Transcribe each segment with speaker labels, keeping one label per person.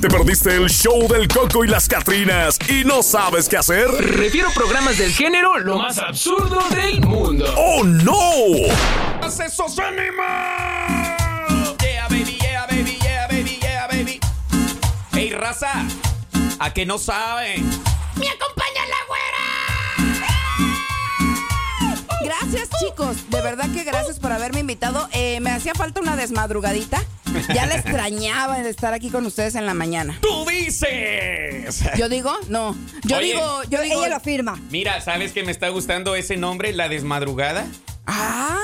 Speaker 1: ¿Te perdiste el show del Coco y las Catrinas y no sabes qué hacer?
Speaker 2: Refiero programas del género lo más absurdo del mundo.
Speaker 1: ¡Oh, no!
Speaker 3: ¡Haz esos ánimos! Yeah, baby, yeah, baby, yeah, baby, yeah, baby. Hey, raza, ¿a qué no saben?
Speaker 4: ¡Me acompaña la güera!
Speaker 5: Gracias, chicos. De verdad que gracias por haberme invitado. Eh, me hacía falta una desmadrugadita. Ya la extrañaba de estar aquí con ustedes en la mañana.
Speaker 3: ¡Tú dices!
Speaker 5: ¿Yo digo? No. Yo
Speaker 3: Oye.
Speaker 5: digo, yo digo.
Speaker 4: Ella lo afirma.
Speaker 3: Mira, ¿sabes que me está gustando ese nombre, la desmadrugada?
Speaker 5: ¡Ah!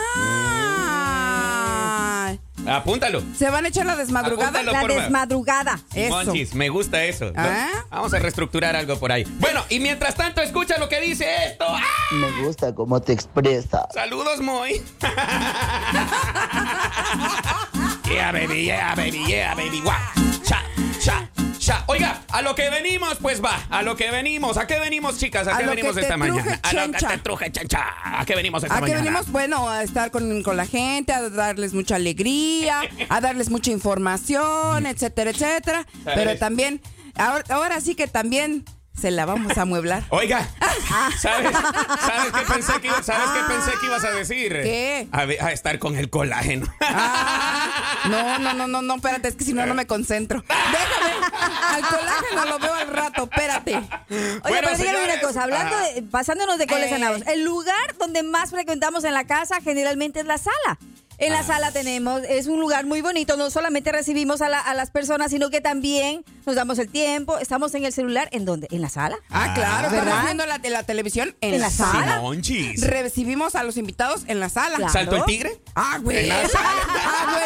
Speaker 3: Apúntalo.
Speaker 5: ¿Se van a echar la desmadrugada?
Speaker 3: Apúntalo,
Speaker 4: La
Speaker 3: forma.
Speaker 4: desmadrugada.
Speaker 5: Eso.
Speaker 3: Monchis, me gusta eso.
Speaker 5: Ah.
Speaker 3: Vamos a reestructurar algo por ahí. Bueno, y mientras tanto, escucha lo que dice esto. ¡Ah!
Speaker 6: Me gusta cómo te expresas.
Speaker 3: Saludos, Moy. yeah, baby, yeah, baby, yeah, baby. Guau. Cha, cha, cha. Oiga, a lo que venimos, pues va. A lo que venimos. ¿A qué venimos, chicas? ¿A,
Speaker 5: A
Speaker 3: qué
Speaker 5: lo que
Speaker 3: venimos
Speaker 5: te
Speaker 3: esta
Speaker 5: truje,
Speaker 3: mañana? A lo que
Speaker 5: chencha.
Speaker 3: te truje, chancha. ¿A qué venimos esta
Speaker 5: ¿A qué
Speaker 3: mañana?
Speaker 5: Ah, venimos? Bueno, a estar con, con la gente, a darles mucha alegría, a darles mucha información, etcétera, etcétera. Pero también, ahora, ahora sí que también se la vamos a amueblar.
Speaker 3: Oiga, ¿sabes, sabes qué pensé que, iba- ¿sabes qué pensé que ibas a decir?
Speaker 5: ¿Qué?
Speaker 3: A, ve- a estar con el colágeno.
Speaker 5: Ah, no, no, no, no, no, espérate, es que si no, no me concentro. Déjame, al colágeno lo veo al rato, espérate.
Speaker 4: Oye,
Speaker 3: Bueno,
Speaker 4: pero dígame
Speaker 3: señores,
Speaker 4: una cosa, hablando
Speaker 3: ah.
Speaker 4: de, pasándonos de coles
Speaker 5: Eh.
Speaker 4: sanados, el lugar donde más frecuentamos en la casa generalmente es la sala. En
Speaker 3: Ah.
Speaker 4: la sala tenemos, es un lugar muy bonito, no solamente recibimos a, la- a las personas, sino que también nos damos el tiempo, estamos en el celular, ¿en dónde? ¿En la sala?
Speaker 5: Ah, claro, estamos
Speaker 4: ¿verdad?
Speaker 5: viendo la, la televisión en,
Speaker 4: En la sala.
Speaker 3: Monchis.
Speaker 5: Recibimos a los invitados en la sala.
Speaker 4: Claro.
Speaker 3: ¿Salto el tigre?
Speaker 5: Ah, güey.
Speaker 3: En la sala.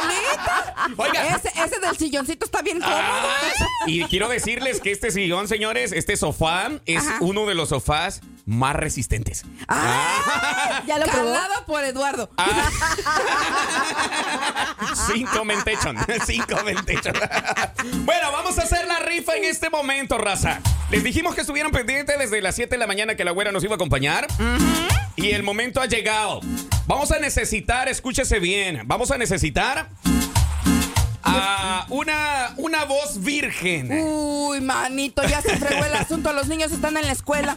Speaker 5: Abuelita.
Speaker 3: Oiga.
Speaker 5: Ese, ese del silloncito está bien cómodo.
Speaker 3: Ah, y quiero decirles que este sillón, señores, este sofá es
Speaker 5: Ajá.
Speaker 3: uno de los sofás más resistentes.
Speaker 5: Ah,
Speaker 4: ¿Ya lo probó?
Speaker 5: calado por Eduardo.
Speaker 3: Ah, Sin comentation. Sin comentation. bueno, vamos a hacer la rifa en este momento, raza. Les dijimos que estuvieran pendientes desde las 7 de la mañana que la güera nos iba a acompañar. Y el momento ha llegado. Vamos a necesitar, escúchese bien, vamos a necesitar a una, una voz virgen.
Speaker 5: Uy, manito, ya se fregó el asunto. Los niños están en la escuela.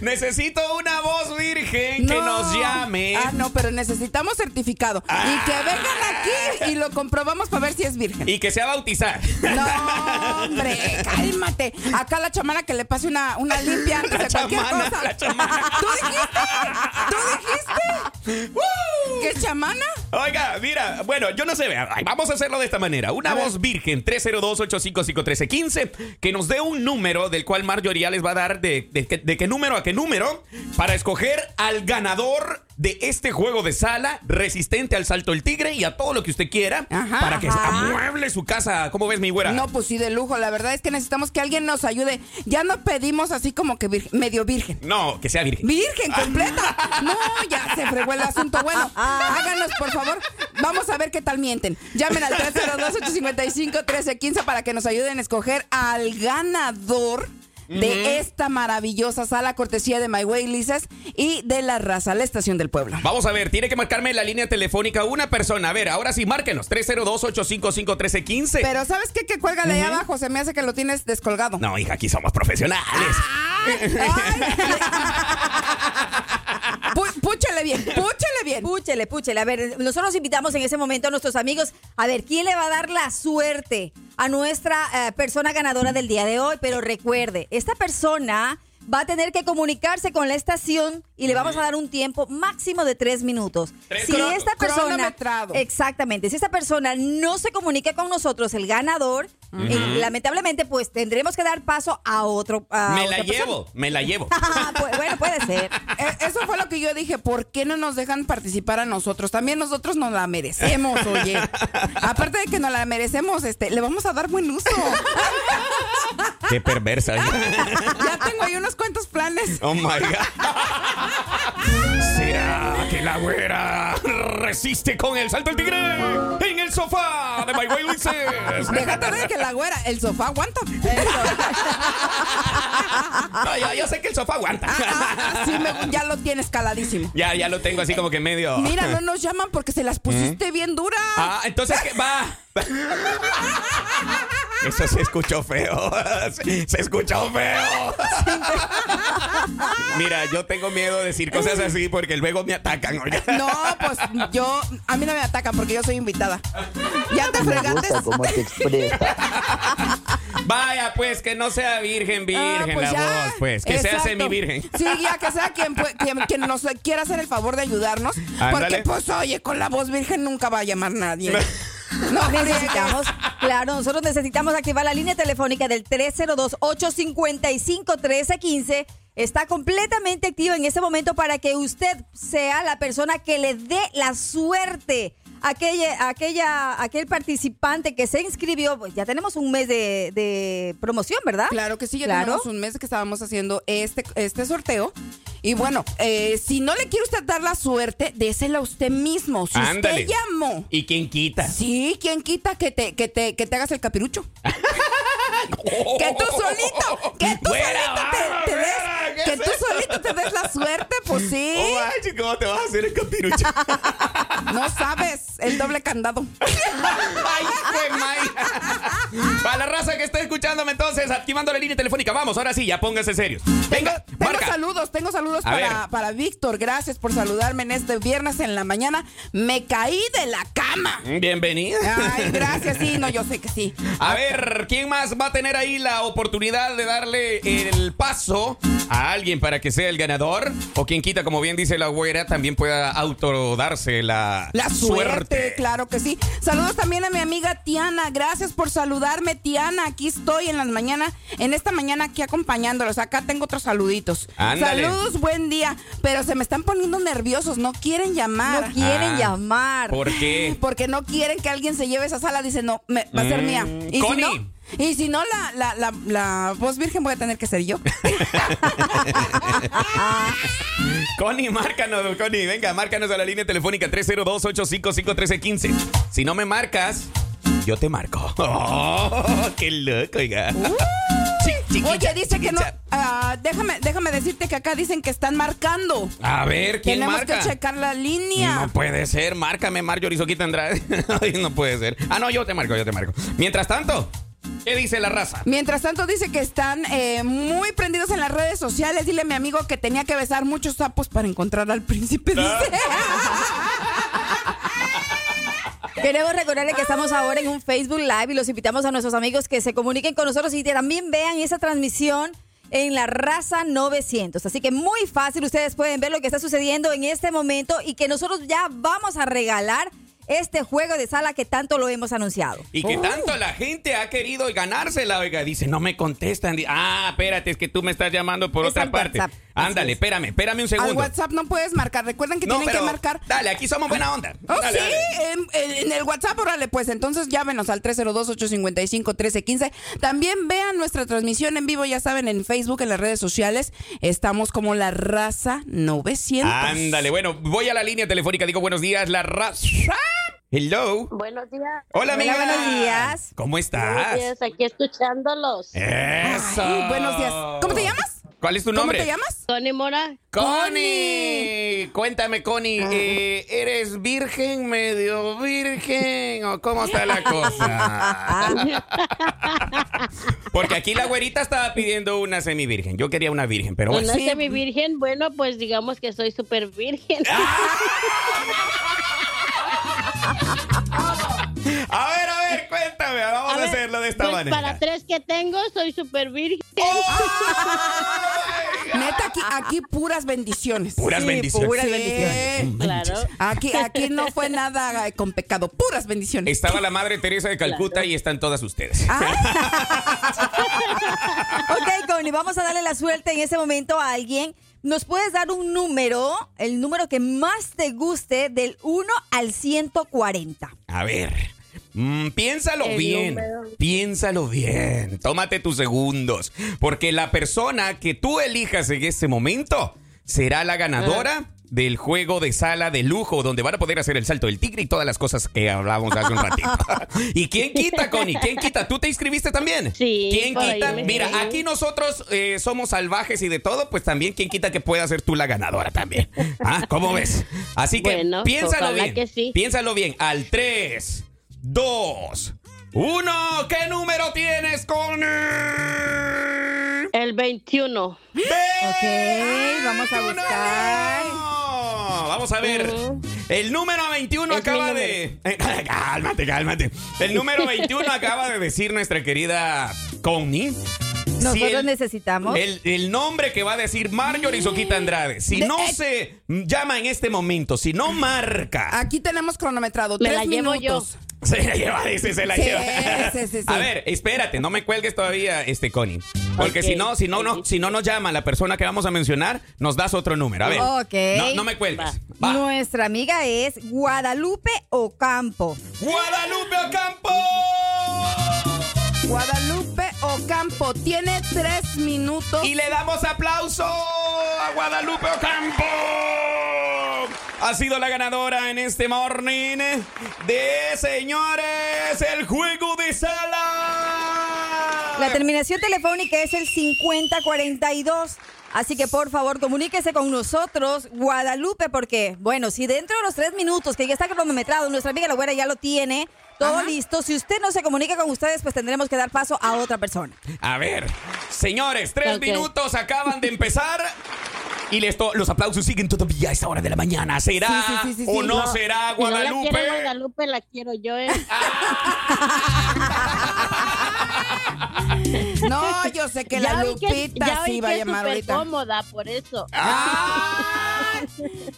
Speaker 3: Necesito una voz virgen que nos Ah. llame.
Speaker 5: Ah, no, pero necesitamos certificado. Y que vengan aquí y lo comprobamos para ver si es virgen.
Speaker 3: Y que sea bautizar.
Speaker 5: No, hombre, cálmate. Acá la chamana que le pase una, una limpia antes
Speaker 3: La
Speaker 5: de cualquier
Speaker 3: chamana,
Speaker 5: cosa.
Speaker 3: la chamana.
Speaker 5: ¿Tú dijiste? ¿Tú dijiste? ¿Que es chamana?
Speaker 3: Oiga, mira, bueno, yo no sé, vea, ay, vamos a hacerlo de esta manera. Una voz virgen, 302-855-1315, que nos dé un número del cual Marjorie ya les va a dar de, de qué- de qué número a qué número para escoger al ganador de este juego de sala resistente al salto del tigre y a todo lo que usted quiera
Speaker 5: Ajá,
Speaker 3: para que
Speaker 5: ajá.
Speaker 3: amueble su casa. ¿Cómo ves, mi güera?
Speaker 5: No, pues sí, de lujo. La verdad es que necesitamos que alguien nos ayude. Ya no pedimos así como que virgen- medio virgen.
Speaker 3: No, que sea virgen.
Speaker 5: Virgen completa. Ah. No, ya se fregó el asunto. Bueno, háganos, por favor. Vamos a ver qué tal mienten. Llamen al 302-855-1315 para que nos ayuden a escoger al ganador de esta maravillosa sala, cortesía de My Way Lices y de la raza, la estación del pueblo.
Speaker 3: Vamos a ver, tiene que marcarme la línea telefónica una persona. A ver, ahora sí, márquenos. 302-855-1315.
Speaker 5: Pero ¿sabes qué? Que cuelga de ahí abajo. Se me hace que lo tienes descolgado.
Speaker 3: No, hija, aquí somos profesionales.
Speaker 5: Pú- púchale bien, púchale bien.
Speaker 4: Púchele, púchele. A ver, nosotros invitamos en ese momento a nuestros amigos. A ver, ¿quién le va a dar la suerte a nuestra eh, persona ganadora del día de hoy? Pero recuerde, esta persona va a tener que comunicarse con la estación y le vamos a dar un tiempo máximo de tres minutos.
Speaker 3: Tres
Speaker 4: si
Speaker 3: crono-
Speaker 4: esta persona,
Speaker 5: cronometrado.
Speaker 4: exactamente, si esta persona no se comunica con nosotros, el ganador, eh, lamentablemente, pues tendremos que dar paso a otro. a
Speaker 3: me
Speaker 4: otra
Speaker 3: la
Speaker 4: persona.
Speaker 3: llevo, me la llevo.
Speaker 5: Ah, pues,
Speaker 4: Pu- bueno, puede ser.
Speaker 5: Eh, Eso fue lo que yo dije. ¿Por qué no nos dejan participar a nosotros? También nosotros nos la merecemos, oye. Aparte de que nos la merecemos, este, le vamos a dar buen uso.
Speaker 3: Qué perversa. ¿eh?
Speaker 5: Ya tengo ahí unos cuantos planes.
Speaker 3: Oh my God. ¿Será que la güera resiste con el salto del tigre en el sofá de My Way Luises?
Speaker 5: Déjate de que la güera, el sofá aguanta. ah,
Speaker 3: No, yo, yo sé que el sofá aguanta.
Speaker 5: Ah, sí, me- ya lo tiene escaladísimo.
Speaker 3: Ya, ya lo tengo así como que medio.
Speaker 5: Mira, no nos llaman porque se las pusiste bien duras.
Speaker 3: Ah, entonces ¿qué? va. Eso se escuchó feo. Se se escuchó feo. Mira, yo tengo miedo de decir cosas así porque luego me atacan. oiga.
Speaker 5: No, pues yo, a mí no me atacan porque yo soy invitada. Ya te
Speaker 6: Me
Speaker 5: fregaste.
Speaker 6: gusta cómo te expresas.
Speaker 3: Vaya, pues que no sea virgen, virgen
Speaker 5: Ah,
Speaker 3: la
Speaker 5: pues ya.
Speaker 3: voz, pues. Que
Speaker 5: Exacto.
Speaker 3: sea semi-virgen.
Speaker 5: Sí, ya que sea quien, pue- quien, quien nos quiera hacer el favor de ayudarnos. Porque,
Speaker 3: Ándale.
Speaker 5: pues, oye, con la voz virgen nunca va a llamar nadie. No,
Speaker 4: Necesitamos, claro, nosotros necesitamos activar la línea telefónica del 302-855-1315. Está completamente activa en este momento para que usted sea la persona que le dé la suerte. a Aquella, a aquella, a aquel participante que se inscribió, pues ya tenemos un mes de, de promoción, ¿verdad?
Speaker 5: Claro que sí, ya
Speaker 4: Claro.
Speaker 5: tenemos un mes que estábamos haciendo este, este sorteo. Y bueno, eh, si no le quiere usted dar la suerte, désela usted mismo. Si
Speaker 3: Ándale.
Speaker 5: usted llamó.
Speaker 3: ¿Y quién quita?
Speaker 5: Sí, ¿quién quita que te, que te, que te hagas el capirucho? Que tú solito, que tú
Speaker 3: Fuera,
Speaker 5: solito
Speaker 3: vamos,
Speaker 5: te, te
Speaker 3: fuera, ¿qué
Speaker 5: des, que
Speaker 3: es
Speaker 5: tú
Speaker 3: eso?
Speaker 5: solito te des la suerte, pues sí.
Speaker 3: Oh, ay, ¿cómo te vas a hacer el capirucho?
Speaker 5: No sabes, el doble candado.
Speaker 3: Ay, qué mal. Para la raza que está escuchándome entonces, activando la línea telefónica. Vamos, ahora sí, ya póngase serios. Venga,
Speaker 5: Tengo
Speaker 3: marca.
Speaker 5: saludos, tengo saludos
Speaker 3: A
Speaker 5: para,
Speaker 3: ver.
Speaker 5: para Víctor. Gracias por saludarme en este viernes en la mañana. Me caí de la cama.
Speaker 3: Bienvenida.
Speaker 5: Ay, gracias, sí, no, yo sé que sí.
Speaker 3: A ver, ¿quién más va a tener ahí la oportunidad de darle el paso a alguien para que sea el ganador? O quien quita, como bien dice la güera, también pueda autodarse la,
Speaker 5: La suerte, claro que sí. Saludos también a mi amiga Tiana. Gracias por saludarme, Tiana. Aquí estoy en las mañanas, en esta mañana aquí acompañándolos. Acá tengo otros saluditos.
Speaker 3: Ándale.
Speaker 5: Saludos, buen día. Pero se me están poniendo nerviosos, no quieren llamar.
Speaker 4: No quieren
Speaker 3: Ah,
Speaker 4: llamar.
Speaker 3: ¿Por qué?
Speaker 5: Porque no quieren que alguien se lleve esa sala. Dicen, no, me- va a ser
Speaker 3: Mm,
Speaker 5: mía. Y
Speaker 3: Connie.
Speaker 5: si no, y si no la, la, la, la voz virgen voy a tener que ser yo.
Speaker 3: Connie, márcanos, Connie. Venga, márcanos a la línea telefónica 302-855-1315. Si no me marcas, yo te marco. Oh, ¡Qué loco, oiga! Chi- chiquilla,
Speaker 5: Oye, dice que no.
Speaker 3: chiquilla.
Speaker 5: ah, déjame, déjame decirte que acá dicen que están marcando.
Speaker 3: A ver, ¿quién
Speaker 5: Tenemos
Speaker 3: marca?
Speaker 5: que checar la línea.
Speaker 3: No puede ser, márcame Marjorie Soquita Andrade. Ay, no puede ser. Ah, no, yo te marco, yo te marco. Mientras tanto, ¿qué dice la raza?
Speaker 5: Mientras tanto dice que están eh, muy prendidos en las redes sociales. Dile a mi amigo que tenía que besar muchos sapos para encontrar al príncipe.
Speaker 3: Ah,
Speaker 5: dice.
Speaker 4: Queremos recordarles que estamos ahora en un Facebook Live y los invitamos a nuestros amigos que se comuniquen con nosotros y que también vean esa transmisión en la raza 900. Así que muy fácil, ustedes pueden ver lo que está sucediendo en este momento y que nosotros ya vamos a regalar este juego de sala que tanto lo hemos anunciado.
Speaker 3: Y que tanto la gente ha querido ganársela, oiga, dice, no me contestan. Di- Ah, espérate, es que tú me estás llamando por
Speaker 4: Es
Speaker 3: otra
Speaker 4: al
Speaker 3: parte.
Speaker 4: WhatsApp, así
Speaker 3: Ándale,
Speaker 4: es.
Speaker 3: espérame, espérame un
Speaker 5: Al
Speaker 3: segundo.
Speaker 5: WhatsApp no puedes marcar. Recuerden que
Speaker 3: No,
Speaker 5: tienen
Speaker 3: pero
Speaker 5: que marcar.
Speaker 3: Dale, aquí somos buena onda.
Speaker 5: Oh,
Speaker 3: Dale,
Speaker 5: sí,
Speaker 3: dale.
Speaker 5: En, en- en el WhatsApp, órale, pues entonces llámenos al 302-855-1315. También vean nuestra transmisión en vivo, ya saben, en Facebook, en las redes sociales. Estamos como la raza 900.
Speaker 3: Ándale, bueno, voy a la línea telefónica, digo buenos días, la raza. Hello.
Speaker 7: Buenos días.
Speaker 3: Hola, amiga.
Speaker 4: buenos días.
Speaker 3: ¿Cómo
Speaker 7: Buenos
Speaker 3: estás? Eh.
Speaker 7: días, aquí escuchándolos.
Speaker 3: Eso.
Speaker 5: Ay, buenos días. ¿Cómo te llamas?
Speaker 3: ¿Cuál es tu
Speaker 5: ¿Cómo
Speaker 3: nombre?
Speaker 5: te llamas?
Speaker 7: Tony Mora,
Speaker 3: Connie, cuéntame Connie,
Speaker 7: Ah.
Speaker 3: eh, ¿eres virgen, medio virgen o cómo está la cosa? Porque aquí la güerita estaba pidiendo una semi virgen, yo quería una virgen, pero bueno.
Speaker 7: una semi virgen, bueno, pues digamos que soy súper virgen.
Speaker 3: Ah, A ver, a ver, cuéntame, vamos a,
Speaker 7: ver,
Speaker 3: hacerlo de esta
Speaker 7: pues
Speaker 3: manera. Oh,
Speaker 7: Para tres que tengo, soy súper virgen.
Speaker 5: Neta, aquí, aquí puras bendiciones.
Speaker 3: Puras
Speaker 4: Sí,
Speaker 3: bendiciones.
Speaker 4: puras
Speaker 5: Sí.
Speaker 4: bendiciones.
Speaker 7: Claro.
Speaker 5: Aquí, aquí no fue nada eh, con pecado, puras bendiciones.
Speaker 3: Estaba la madre Teresa de Calcuta y están todas ustedes.
Speaker 7: Ah.
Speaker 4: Ok, Connie, vamos a darle la suerte en ese momento a alguien. ¿Nos puedes dar un número, el número que más te guste, del 1 al 140?
Speaker 3: A ver, Mm, piénsalo
Speaker 7: El
Speaker 3: bien,
Speaker 7: número.
Speaker 3: piénsalo bien, tómate tus segundos, porque la persona que tú elijas en este momento será la ganadora del juego de sala de lujo, donde van a poder hacer el salto del tigre y todas las cosas que hablábamos hace un ratito. ¿Y quién quita, Connie? ¿Quién quita? ¿Tú te inscribiste también?
Speaker 7: Sí,
Speaker 3: ¿Quién
Speaker 7: por ahí
Speaker 3: quita?
Speaker 7: me
Speaker 3: Mira,
Speaker 7: inscribí.
Speaker 3: aquí nosotros eh, somos salvajes y de todo, pues también quién quita que pueda ser tú la ganadora también. ¿Ah? ¿Cómo ves? Así que
Speaker 7: Bueno,
Speaker 3: piénsalo
Speaker 7: ojalá
Speaker 3: bien.
Speaker 7: que sí.
Speaker 3: Piénsalo bien. Al 3, 2, 1. ¿Qué número tienes, Connie?
Speaker 7: El 21.
Speaker 4: Ok, vamos a buscar.
Speaker 3: ¡No! Vamos a ver.
Speaker 7: Ujú.
Speaker 3: El número 21
Speaker 7: Es
Speaker 3: acaba
Speaker 7: mi
Speaker 3: de. cálmate, cálmate. El número 21 acaba de decir nuestra querida Connie. Si
Speaker 4: Nosotros
Speaker 3: el-
Speaker 4: necesitamos.
Speaker 3: El, el nombre que va a decir Marjorie Soquita Andrade. Si
Speaker 5: De-
Speaker 3: no
Speaker 5: eh.
Speaker 3: se llama en este momento, si no marca,
Speaker 5: Aquí tenemos cronometrado.
Speaker 7: Me
Speaker 5: tres
Speaker 7: la llevo
Speaker 5: minutos.
Speaker 3: se la lleva, dice, se la
Speaker 5: Sí,
Speaker 3: lleva.
Speaker 5: sí, sí, sí.
Speaker 3: A ver, espérate, no me cuelgues todavía, este Connie. Porque
Speaker 7: Ok.
Speaker 3: si no, si no, no, si no nos llama la persona que vamos a mencionar, nos das otro número. A ver.
Speaker 4: Ok.
Speaker 3: No, no me cuelgues. Va.
Speaker 4: Nuestra amiga es Guadalupe Ocampo.
Speaker 3: Guadalupe Ocampo.
Speaker 5: Guadalupe Ocampo tiene tres minutos.
Speaker 3: Y le damos aplauso a Guadalupe Ocampo. Ha sido la ganadora en este morning de señores el juego de sala.
Speaker 4: La terminación telefónica es el 5042. Así que por favor comuníquese con nosotros, Guadalupe, porque, bueno, si dentro de los tres minutos que ya está cronometrado, nuestra amiga la güera ya lo tiene, todo
Speaker 5: Ajá.
Speaker 4: listo. Si usted no se comunica con ustedes, pues tendremos que dar paso a otra persona.
Speaker 3: A ver, señores, tres
Speaker 7: Ok.
Speaker 3: minutos acaban de empezar. Y les to- los aplausos siguen todavía a esta hora de la mañana. ¿Será
Speaker 5: Sí, sí, sí, sí,
Speaker 3: o
Speaker 5: sí.
Speaker 3: no,
Speaker 5: No,
Speaker 3: será
Speaker 7: Si
Speaker 3: Guadalupe? Ah,
Speaker 7: no la quiero Guadalupe, la quiero yo. eh.
Speaker 5: No, yo sé que
Speaker 7: Ya
Speaker 5: la
Speaker 7: vi que-
Speaker 5: Lupita
Speaker 7: ya
Speaker 5: sí
Speaker 7: vi
Speaker 5: va a
Speaker 7: que es
Speaker 5: llamar
Speaker 7: súper
Speaker 5: ahorita.
Speaker 7: cómoda, por eso.
Speaker 3: ¡Ah!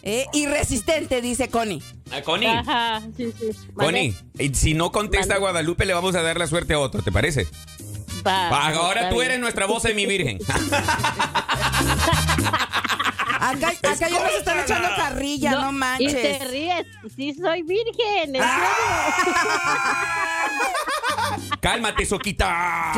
Speaker 5: Eh, irresistente, dice Connie.
Speaker 3: Ah, Connie.
Speaker 7: Ajá, sí, sí.
Speaker 3: Connie,
Speaker 7: Vale.
Speaker 3: y si no contesta
Speaker 7: Mande.
Speaker 3: Guadalupe, le vamos a dar la suerte a otro, ¿te parece?
Speaker 7: Va,
Speaker 3: Va,
Speaker 7: Ah, está
Speaker 3: Ahora tú
Speaker 7: bien.
Speaker 3: eres nuestra voz de mi virgen.
Speaker 5: Acá, acá ya nos están echando carrilla, no,
Speaker 7: Y te
Speaker 5: manches.
Speaker 7: ríes. Sí, soy virgen. en
Speaker 3: Ah. Cálmate, Soquita.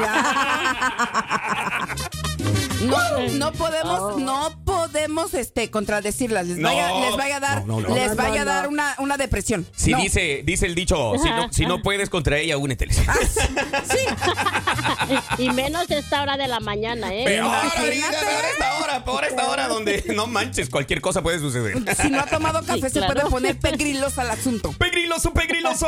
Speaker 5: No, no podemos,
Speaker 7: Oh.
Speaker 5: no podemos este contradecirlas. Les
Speaker 3: No.
Speaker 5: vaya, les vaya a dar,
Speaker 3: No, no, no.
Speaker 5: les
Speaker 4: No,
Speaker 5: vaya a
Speaker 4: no,
Speaker 5: dar
Speaker 4: no.
Speaker 5: una, una depresión.
Speaker 3: Si
Speaker 5: No.
Speaker 3: dice, dice el dicho, si no, si no puedes contra ella, únetele.
Speaker 7: serio. Y menos esta hora de la mañana, ¿eh?
Speaker 3: Peor, ahorita, peor esta hora, peor esta hora donde no manches, cualquier cosa puede suceder.
Speaker 5: Si no ha tomado café, se
Speaker 7: claro.
Speaker 5: puede poner pegrilos al asunto.
Speaker 3: ¡Pegriloso, pegriloso!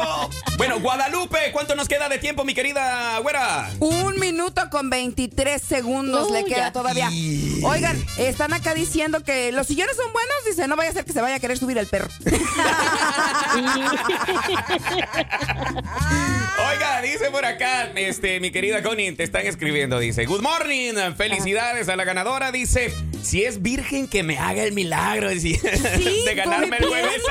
Speaker 3: Bueno, Guadalupe, ¿cuánto nos queda de tiempo, mi querida güera?
Speaker 5: Un minuto con 23 segundos
Speaker 7: Uy,
Speaker 5: le queda
Speaker 7: ya.
Speaker 5: todavía.
Speaker 3: Y-
Speaker 5: Oigan, están acá diciendo que los sillones son buenos. Dice, no vaya a ser que se vaya a querer subir el perro.
Speaker 3: Oiga, dice por acá, este, mi querida Connie, te están escribiendo, dice, Good morning, felicidades a la ganadora, dice, si es virgen que me haga el milagro dice, de ganarme el jueves.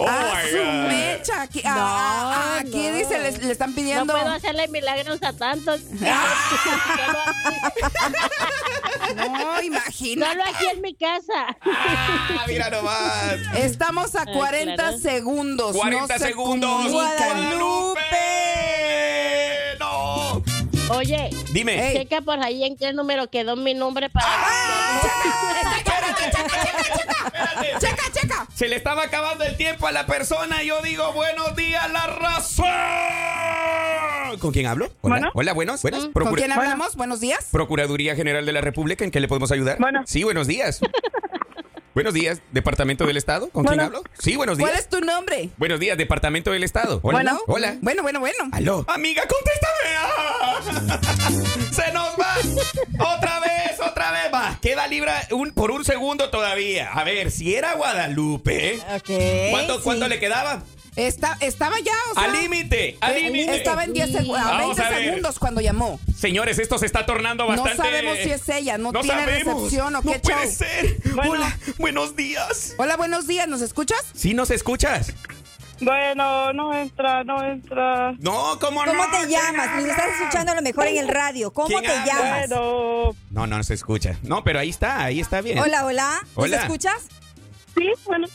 Speaker 3: oh
Speaker 5: a
Speaker 3: my
Speaker 5: su
Speaker 3: God.
Speaker 5: mecha. Aquí, a- a- a- aquí dice, les- le, están
Speaker 7: No
Speaker 5: pidiendo.
Speaker 7: puedo hacerle milagros a tantos.
Speaker 5: No,
Speaker 7: Solo
Speaker 5: imagínate.
Speaker 7: aquí en mi casa.
Speaker 3: Ah, mira nomás.
Speaker 5: Estamos a 40
Speaker 7: claro.
Speaker 5: segundos. no
Speaker 3: 40
Speaker 5: se
Speaker 3: segundos.
Speaker 5: comunican.
Speaker 3: Guadalupe. No.
Speaker 7: Oye,
Speaker 3: Dime. Ah,
Speaker 5: Ey. Ah,
Speaker 7: checa por ahí en qué número quedó mi nombre para.
Speaker 3: Espérate, espérate.
Speaker 5: Checa, checa.
Speaker 3: Se le estaba acabando el tiempo a la persona y yo digo, buenos días, la razón. ¿Con quién hablo? Hola,
Speaker 8: Bueno.
Speaker 3: Hola buenos. buenas.
Speaker 5: Mm. ¿Con
Speaker 3: Procura-
Speaker 5: quién hablamos? Buenos días.
Speaker 3: Procuraduría General de la República, ¿en qué le podemos ayudar?
Speaker 8: Bueno.
Speaker 3: Sí, buenos días. buenos días, Departamento del Estado. ¿Con quién
Speaker 8: Bueno.
Speaker 3: hablo? Sí, buenos días.
Speaker 5: ¿Cuál es tu nombre?
Speaker 3: Buenos días, Departamento del Estado. Hola.
Speaker 8: Bueno.
Speaker 3: Hola.
Speaker 5: Bueno, bueno, bueno.
Speaker 3: Aló. Amiga, contéstame. Ah. Se nos va. Otra vez, otra vez. Va. Queda libre un, por un segundo todavía. A ver, si era Guadalupe.
Speaker 4: Ok.
Speaker 3: ¿Cuánto,
Speaker 4: sí.
Speaker 3: cuánto le quedaba?
Speaker 5: Está, estaba ya, o sea, eh,
Speaker 3: al límite, al límite.
Speaker 5: estaba en 10 segu- a
Speaker 3: Vamos
Speaker 5: 20
Speaker 3: a ver.
Speaker 5: segundos cuando llamó.
Speaker 3: Señores, esto se está tornando bastante. eh,
Speaker 5: No sabemos si es ella, no, tiene
Speaker 3: sabemos.
Speaker 5: recepción o
Speaker 3: No
Speaker 5: qué show.
Speaker 3: puede ser.
Speaker 8: Bueno.
Speaker 3: Hola, buenos días.
Speaker 5: Hola, buenos días, ¿nos escuchas?
Speaker 3: ¿Sí nos escuchas?
Speaker 8: Bueno, no entra, no entra.
Speaker 3: No, ¿cómo, no?
Speaker 4: ¿Cómo te llamas? Nos estás escuchando a lo mejor en el radio. ¿Cómo
Speaker 3: ¿Quién
Speaker 4: te
Speaker 3: habla?
Speaker 4: llamas?
Speaker 8: Pero
Speaker 3: No, no, no se escucha. No, pero ahí está, ahí está bien.
Speaker 4: Hola, hola. ¿Nos
Speaker 3: Hola.
Speaker 4: escuchas?
Speaker 8: Sí, bueno.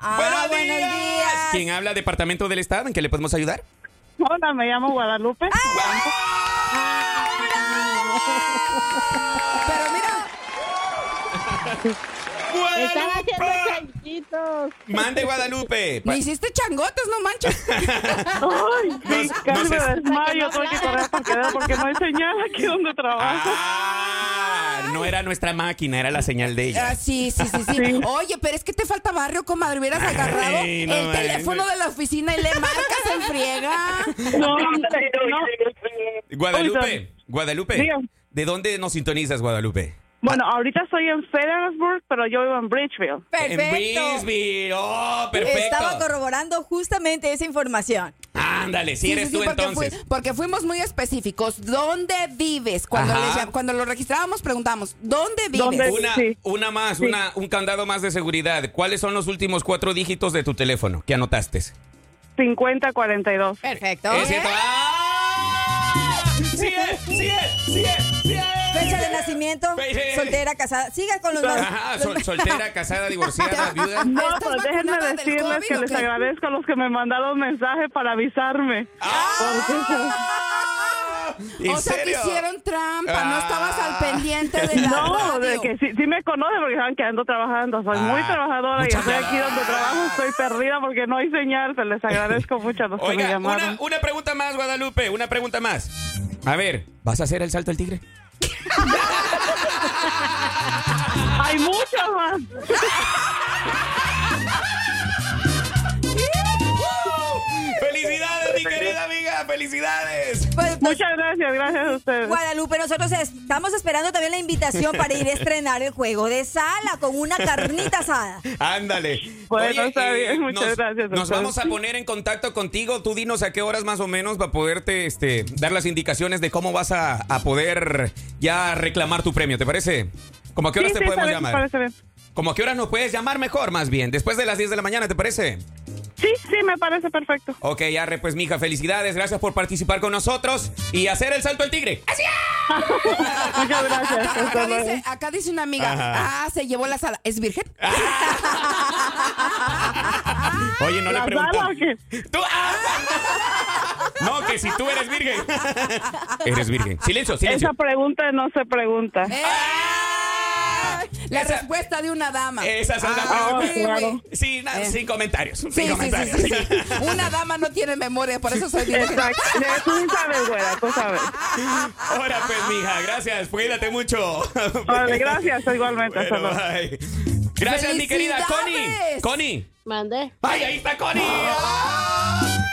Speaker 4: Ah,
Speaker 3: ¡Buenos
Speaker 4: buenos
Speaker 3: días!
Speaker 4: días.
Speaker 3: ¿Quién habla? ¿Departamento del Estado? ¿En qué le podemos ayudar?
Speaker 8: Hola, me llamo Guadalupe.
Speaker 5: Pero mira,
Speaker 7: Están haciendo
Speaker 3: ¡Guadalupe!
Speaker 7: chanchitos.
Speaker 3: Mande Guadalupe. Pa-
Speaker 5: me hiciste changotes, no manches.
Speaker 8: Ay, sí,
Speaker 3: Pues, Nos-
Speaker 8: casi
Speaker 3: nos
Speaker 8: me
Speaker 3: es-
Speaker 8: desmayo. Tuve que correr para quedar porque no hay señal aquí donde trabajo.
Speaker 3: Ah, no era nuestra máquina, era la señal de
Speaker 5: Ah,
Speaker 3: ella.
Speaker 5: sí, sí, sí, sí. Oye, pero es que te falta barrio, comadre. Hubieras agarrado
Speaker 3: Ay, no
Speaker 5: el
Speaker 3: manches.
Speaker 5: teléfono de la oficina y le marcas en friega.
Speaker 8: No, hombre, no.
Speaker 3: Guadalupe, Guadalupe. Ah.
Speaker 8: Dígame.
Speaker 3: ¿De dónde nos sintonizas, Guadalupe?
Speaker 8: Bueno, ahorita estoy en Fredericksburg, pero yo vivo en Bridgeville.
Speaker 3: En
Speaker 4: Perfecto.
Speaker 3: Brisbane. Oh, perfecto.
Speaker 4: Estaba corroborando justamente esa información.
Speaker 3: Ándale, si
Speaker 5: Sí,
Speaker 3: eres
Speaker 5: sí, sí,
Speaker 3: tú
Speaker 5: porque, fui-
Speaker 3: entonces.
Speaker 5: porque fuimos muy específicos. ¿Dónde vives? Cuando,
Speaker 3: Ajá.
Speaker 5: les llam- cuando lo registrábamos, preguntamos, ¿dónde vives?
Speaker 8: ¿Dónde?
Speaker 3: Una,
Speaker 8: Sí.
Speaker 3: una más, una, un candado más de seguridad. ¿Cuáles son los últimos cuatro dígitos de tu teléfono que anotaste?
Speaker 8: 5042.
Speaker 4: Perfecto.
Speaker 3: ¿Es cierto? ¡Ah! ¡Sí es! ¡Sí es! ¡Sí es! ¡Sí es!
Speaker 4: Fecha de nacimiento,
Speaker 3: Fe-
Speaker 4: soltera, casada. Siga con los
Speaker 3: Ajá, sol- soltera, casada, divorciada, viuda.
Speaker 8: No,
Speaker 5: ¿Estás
Speaker 8: pues déjenme
Speaker 5: vacunada del
Speaker 8: decirles
Speaker 5: COVID
Speaker 8: que
Speaker 5: o
Speaker 8: les
Speaker 5: qué?
Speaker 8: agradezco a los que me mandaron mensaje para avisarme.
Speaker 3: ¿En
Speaker 5: Ah. O sea, que
Speaker 3: serio?
Speaker 5: hicieron trampa, no estabas al
Speaker 3: Ah.
Speaker 5: pendiente de la
Speaker 8: No, de
Speaker 5: radio.
Speaker 8: que sí, sí me conocen porque saben que ando trabajando. Soy muy
Speaker 3: Ah,
Speaker 8: trabajadora y
Speaker 3: muchas
Speaker 8: estoy aquí donde
Speaker 3: gracias.
Speaker 8: trabajo. Estoy perdida porque no hay señal. Se les agradezco mucho a los que me
Speaker 3: Oiga, una,
Speaker 8: llamaron.
Speaker 3: una pregunta más, Guadalupe, una pregunta más. A ver, ¿vas a hacer el salto al tigre?
Speaker 8: Hay muchas más.
Speaker 3: ¡Felicidades, mi querida amiga! ¡Felicidades!
Speaker 4: Pues, pues,
Speaker 8: Muchas gracias, gracias a ustedes.
Speaker 4: Guadalupe, nosotros es- estamos esperando también la invitación para ir a estrenar el juego de sala con una carnita asada.
Speaker 3: Ándale. eh,
Speaker 8: Bueno, está bien, muchas
Speaker 3: nos-
Speaker 8: gracias,
Speaker 3: Nos
Speaker 8: doctor.
Speaker 3: vamos a poner en contacto contigo. Tú dinos a qué horas más o menos para poderte este, dar las indicaciones de cómo vas a, a poder ya reclamar tu premio, ¿te parece? ¿Cómo a qué horas
Speaker 8: Sí,
Speaker 3: te
Speaker 8: sí,
Speaker 3: podemos
Speaker 8: parece-
Speaker 3: llamar?
Speaker 8: parece bien.
Speaker 3: ¿Cómo a qué horas nos puedes llamar mejor, más bien? Después de las 10 de la mañana, ¿te parece?
Speaker 8: Sí, sí, me parece perfecto.
Speaker 3: Ok, Arre, pues, mija, felicidades. Gracias por participar con nosotros y hacer el salto al tigre. ¡Así es!
Speaker 8: Muchas gracias.
Speaker 5: Acá,
Speaker 8: Hasta
Speaker 5: acá
Speaker 8: luego.
Speaker 5: dice, acá dice una amiga,
Speaker 3: Ajá.
Speaker 5: ah, se llevó la sala. ¿Es virgen?
Speaker 3: Oye, no le
Speaker 8: ¿La sala o
Speaker 3: pregunté.
Speaker 8: qué?
Speaker 3: ¿Tú? ¡Ah! No, que si tú eres virgen. Eres virgen. Silencio, silencio.
Speaker 8: Esa pregunta no se pregunta.
Speaker 5: Eh,
Speaker 3: ¡Ah!
Speaker 5: La
Speaker 3: Esa-
Speaker 5: respuesta de una dama.
Speaker 3: Esas son las
Speaker 5: Ah,
Speaker 3: preguntas.
Speaker 5: sí,
Speaker 8: claro.
Speaker 5: güey.
Speaker 3: Sí, na-
Speaker 5: Eh.
Speaker 3: sin comentarios. Sin
Speaker 5: Sí, sí,
Speaker 3: comentarios.
Speaker 5: sí, sí, sí. Una dama no tiene memoria, por eso soy virgen.
Speaker 8: Exacto. Tú sabes, güera, tú sabes.
Speaker 3: Ahora pues, mija, gracias. Cuídate mucho.
Speaker 8: Vale, gracias, igualmente. Hasta
Speaker 3: Bueno,
Speaker 8: luego.
Speaker 3: bye. Gracias, mi querida Connie.
Speaker 5: ¡Felicidades!
Speaker 3: Connie.
Speaker 7: Mandé.
Speaker 3: ¡Ay, ahí está Connie! ¡Ah!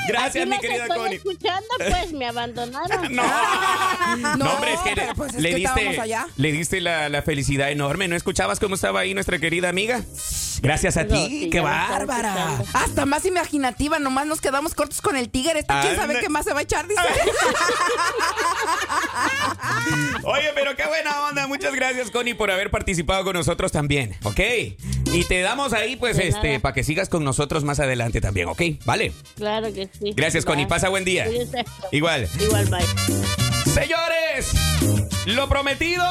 Speaker 3: Gracias,
Speaker 7: Aquí
Speaker 3: mi
Speaker 7: los
Speaker 3: querida
Speaker 7: estoy
Speaker 3: Connie.
Speaker 7: escuchando, pues me abandonaron.
Speaker 3: No. no,
Speaker 5: Ah. No,
Speaker 3: hombre, es que le,
Speaker 5: pero pues es
Speaker 3: le
Speaker 5: que
Speaker 3: diste,
Speaker 5: estábamos allá.
Speaker 3: le diste la, la felicidad enorme. ¿No escuchabas cómo estaba ahí nuestra querida amiga? Gracias a
Speaker 7: No,
Speaker 3: ti,
Speaker 7: sí,
Speaker 3: qué
Speaker 7: ya lo estaba
Speaker 3: bárbara.
Speaker 7: escuchando.
Speaker 5: Hasta más imaginativa, nomás nos quedamos cortos con el tigre. Esta quién sabe
Speaker 3: Anda.
Speaker 5: qué más se va a echar, dice.
Speaker 3: Oye, pero qué buena onda. Muchas gracias, Connie, por haber participado con nosotros también, ¿ok? Y te damos ahí, pues,
Speaker 7: De
Speaker 3: este,
Speaker 7: nada.
Speaker 3: para que sigas con nosotros más adelante también, ¿ok? Vale.
Speaker 7: Claro que sí.
Speaker 3: Gracias, Connie.
Speaker 7: Bye.
Speaker 3: Pasa buen día.
Speaker 7: Cuídense.
Speaker 3: Igual.
Speaker 7: Igual, bye.
Speaker 3: Señores, lo prometido.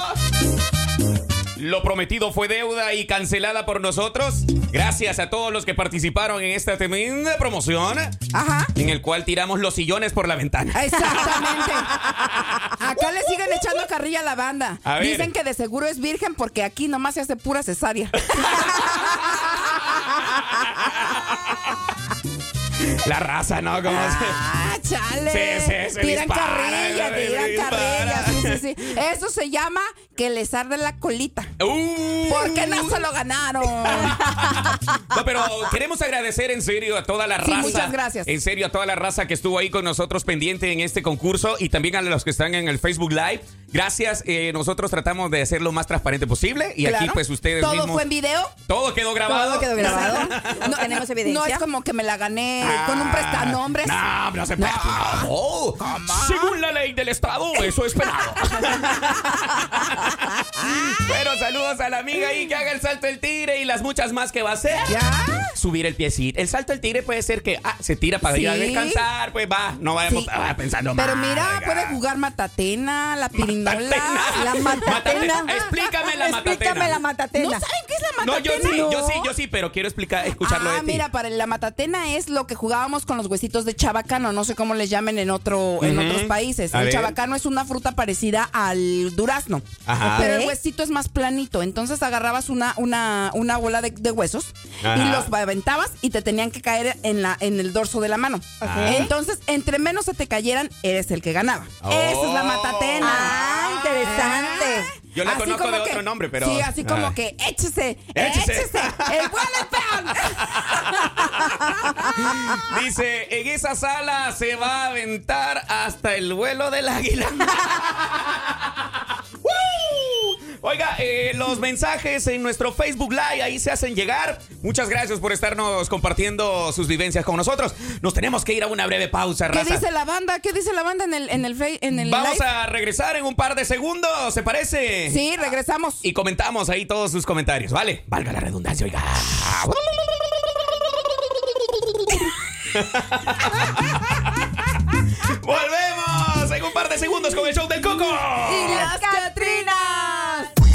Speaker 3: Lo prometido fue deuda y cancelada por nosotros. Gracias a todos los que participaron en esta tremenda promoción
Speaker 5: Ajá.
Speaker 3: en el cual tiramos los sillones por la ventana.
Speaker 5: Exactamente. Acá le siguen echando carrilla a la banda.
Speaker 3: A ver.
Speaker 5: Dicen que de seguro es virgen porque aquí nomás se hace pura cesárea.
Speaker 3: La raza, ¿no? ¿Cómo se-
Speaker 5: ¡Ah, chale!
Speaker 3: Sí, sí, se
Speaker 5: tiran
Speaker 3: dispara,
Speaker 5: carrilla,
Speaker 3: se
Speaker 5: tiran
Speaker 3: dispara.
Speaker 5: carrilla. Sí, sí, sí. Eso se llama que les arde la colita.
Speaker 3: Uh.
Speaker 5: Porque no se lo ganaron.
Speaker 3: No, pero queremos agradecer en serio a toda la
Speaker 5: Sí,
Speaker 3: raza.
Speaker 5: muchas gracias.
Speaker 3: En serio a toda la raza que estuvo ahí con nosotros pendiente en este concurso y también a los que están en el Facebook Live. Gracias, eh, nosotros tratamos de hacer lo más transparente posible y aquí
Speaker 5: Claro.
Speaker 3: pues ustedes
Speaker 5: Todo
Speaker 3: mismos.
Speaker 5: fue en video.
Speaker 3: Todo quedó grabado.
Speaker 4: Todo quedó grabado. No tenemos evidencia.
Speaker 5: No es como que me la gané
Speaker 3: Ah,
Speaker 5: con un prestanombres.
Speaker 3: No, no se puede. No. Según la ley del Estado, eso es penado. Pero saludos a la amiga y que haga el salto el tigre y las muchas más que va a hacer.
Speaker 5: ¿Ya?
Speaker 3: subir el piecito. El salto del tigre puede ser que ah, se tira para ir a
Speaker 5: Sí.
Speaker 3: descansar, pues va, no vayamos
Speaker 5: Sí.
Speaker 3: ah, pensando más.
Speaker 5: Pero mira, puede jugar matatena, la pirindola,
Speaker 3: Matatena.
Speaker 5: la matatena.
Speaker 3: Matatena. Explícame la matatena.
Speaker 4: Explícame la matatena.
Speaker 5: ¿No saben qué es la
Speaker 3: No, yo
Speaker 5: matatena?
Speaker 3: sí, yo sí, yo sí, pero quiero explicar, escucharlo
Speaker 5: ah,
Speaker 3: de ti.
Speaker 5: mira, para la matatena es lo que jugábamos con los huesitos de chabacano, no sé cómo les llamen en otro en
Speaker 3: Ujú.
Speaker 5: otros países.
Speaker 3: A
Speaker 5: el
Speaker 3: ver.
Speaker 5: chabacano es una fruta parecida al durazno,
Speaker 3: Ajá.
Speaker 5: pero el
Speaker 4: Ok.
Speaker 5: huesito es más planito, entonces agarrabas una una una bola de, de huesos
Speaker 3: Ajá.
Speaker 5: y los aventabas y te tenían que caer en la en el dorso de la mano.
Speaker 3: Ah.
Speaker 5: Entonces, entre menos se te cayeran, eres el que ganaba. Esa es la
Speaker 3: Oh.
Speaker 5: matatena.
Speaker 4: Ah,
Speaker 5: Ah.
Speaker 4: interesante.
Speaker 3: Yo la conozco
Speaker 5: como
Speaker 3: de otro nombre, pero-
Speaker 5: Sí, así como
Speaker 3: Ah.
Speaker 5: que Eh, échese,
Speaker 3: Échese.
Speaker 5: échese, el buen peón.
Speaker 3: Dice, en esa sala se va a aventar hasta el vuelo del águila. ¡Woo! Oiga, eh, los mensajes en nuestro Facebook Live ahí se hacen llegar. Muchas gracias por estarnos compartiendo sus vivencias con nosotros. Nos tenemos que ir a una breve pausa,
Speaker 5: ¿Qué
Speaker 3: raza.
Speaker 5: dice la banda? ¿Qué dice la banda en el en el fe- en el
Speaker 3: Vamos
Speaker 5: live?
Speaker 3: a regresar en un par de segundos, ¿se parece?
Speaker 5: Sí, regresamos.
Speaker 3: Y comentamos ahí todos sus comentarios, ¿vale? Valga la redundancia, oiga. Volvemos en un par de segundos con el show del Coco.
Speaker 5: las Catrinas.